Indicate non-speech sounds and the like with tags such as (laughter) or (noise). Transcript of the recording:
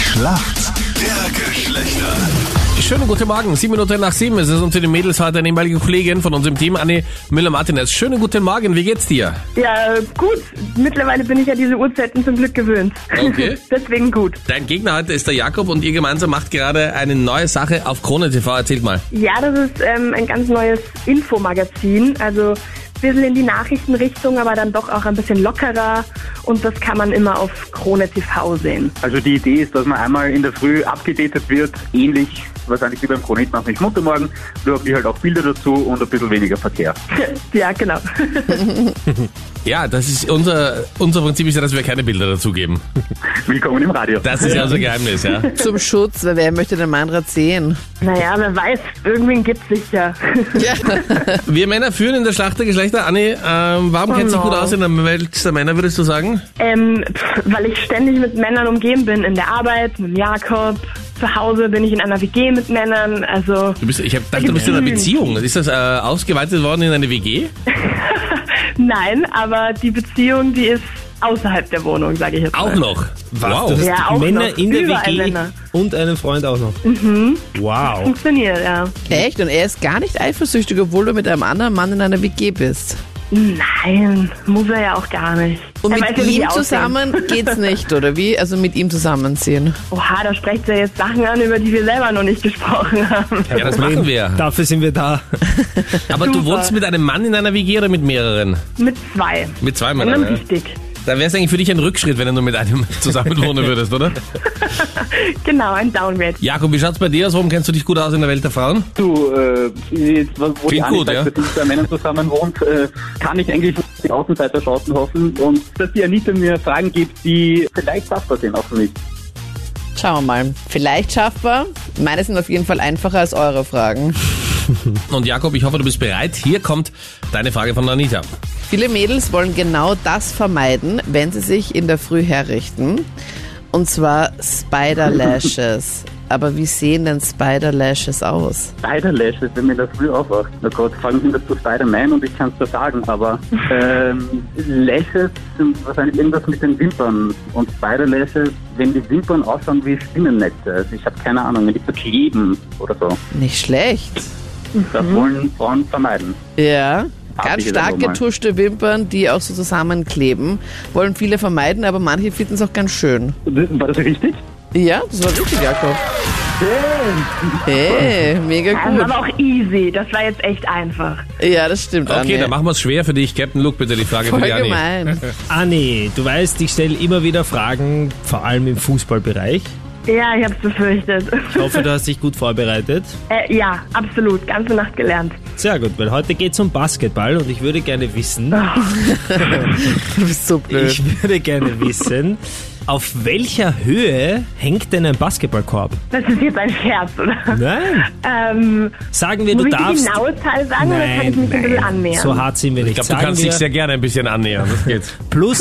Schlacht der Geschlechter. Schönen guten Morgen, sieben Minuten nach sieben. Es ist unter den Mädels heute eine ehemalige Kollegin von unserem Team, Anne Müller-Martinez. Schönen guten Morgen, wie geht's dir? Ja, gut. Mittlerweile bin ich ja diese Uhrzeiten zum Glück gewöhnt. Okay. (laughs) Deswegen gut. Dein Gegner heute ist der Jakob und ihr gemeinsam macht gerade eine neue Sache auf Krone TV. Erzählt mal. Ja, das ist ähm, ein ganz neues Infomagazin. Also ein bisschen in die Nachrichtenrichtung, aber dann doch auch ein bisschen lockerer. Und das kann man immer auf Krone TV sehen. Also die Idee ist, dass man einmal in der Früh abgedatet wird, ähnlich wahrscheinlich wie beim Chronit macht mich munter morgen, nur haben die halt auch Bilder dazu und ein bisschen weniger Verkehr. (laughs) Ja, genau. (laughs) Ja, das ist unser, unser Prinzip ist ja, dass wir keine Bilder dazugeben. Willkommen im Radio. Das ist ja unser Geheimnis, ja. Zum Schutz, weil wer möchte den Meinrad sehen? naja, wer weiß, irgendwen gibt's sicher. (laughs) Ja. (laughs) Wir Männer führen in der Schlacht der Geschlechter. Anne, ähm, warum Oh kennt sich no. gut aus in der Welt der Männer, würdest du sagen? ähm, pff, weil ich ständig mit Männern umgeben bin. In der Arbeit, mit dem Jakob. Zu Hause bin ich in einer WG mit Männern. Also Du bist, ich hab gedacht, du bist in einer Beziehung. Ist das äh, ausgeweitet worden in eine WG? nein, aber die Beziehung, die ist außerhalb der Wohnung, sage ich jetzt Auch mal. noch. Was? Wow. Du hast Ja, auch Männer noch. in der Überall WG Männer. und einen Freund auch noch. Wow. Funktioniert, ja. Echt? Und er ist gar nicht eifersüchtig, obwohl du mit einem anderen Mann in einer WG bist. Nein, muss er ja auch gar nicht. Und er mit weiß ja, wie die ihm aussehen. zusammen geht's nicht, oder wie? Also mit ihm zusammenziehen. Oha, da sprecht ihr jetzt Sachen an, über die wir selber noch nicht gesprochen haben. Ja, das machen wir. Dafür sind wir da. (laughs) Aber du Super. wohnst mit einem Mann in einer WG oder mit mehreren? Mit zwei. Mit zwei Und dann Männern. Ja. wichtig. Da wäre es eigentlich für dich ein Rückschritt, wenn du nur mit einem (laughs) zusammen wohnen würdest, oder? Genau, ein Downgrade. Jakob, wie schaut's bei dir aus? Warum kennst du dich gut aus in der Welt der Frauen? Du, äh, jetzt, wo die Klingt Anni gut, sagt, ja. dass sie mit zwei Männern zusammen wohnt, äh, kann ich eigentlich nur auf die Außenseiterchancen hoffen und dass die Anita mir Fragen gibt, die vielleicht passbar sind auch für mich. Schauen wir mal. Vielleicht schaffbar. Meine sind auf jeden Fall einfacher als eure Fragen. Und Jakob, ich hoffe, du bist bereit. Hier kommt deine Frage von Anita. Viele Mädels wollen genau das vermeiden, wenn sie sich in der Früh herrichten. Und zwar Spider-Lashes. Aber wie sehen denn Spider-Lashes aus? Spider-Lashes, wenn mir das früh aufwacht. Na Gott, fragen Sie das zu Spider-Man und ich kann es da sagen, aber ähm, Lashes sind wahrscheinlich irgendwas mit den Wimpern und Spider-Lashes, wenn die Wimpern ausschauen wie Spinnennetze. Also ich habe keine Ahnung, wenn die verkleben oder so. Nicht schlecht. Das wollen Frauen vermeiden. Ja. Hab Ganz ich jetzt aber stark mal. getuschte Wimpern, die auch so zusammenkleben. Wollen viele vermeiden, aber manche finden es auch ganz schön. War das richtig? Ja, das war richtig, Jakob. Hey, mega Das war gut. aber auch easy. Das war jetzt echt einfach. Ja, das stimmt, Okay, Anne. dann machen wir es schwer für dich. Captain Luke, bitte die Frage für Voll die Anni. gemein. (laughs) Anni, du weißt, ich stelle immer wieder Fragen, vor allem im Fußballbereich. Ja, ich hab's befürchtet. Ich hoffe, du hast dich gut vorbereitet. (laughs) äh, ja, absolut. Ganze Nacht gelernt. Sehr gut, weil heute geht es um Basketball und ich würde gerne wissen, Du bist so blöd. ich würde gerne wissen, auf welcher Höhe hängt denn ein Basketballkorb? Das ist jetzt ein Scherz, oder? Nein. Ähm, Sagen wir, muss du ich die darfst... genaue Zahl sagen oder kann ich Nein, mich ein bisschen nein, annähern? so hart sind wir nicht. Ich glaube, du Sagen kannst wir dich sehr gerne ein bisschen annähern. Das geht's. plus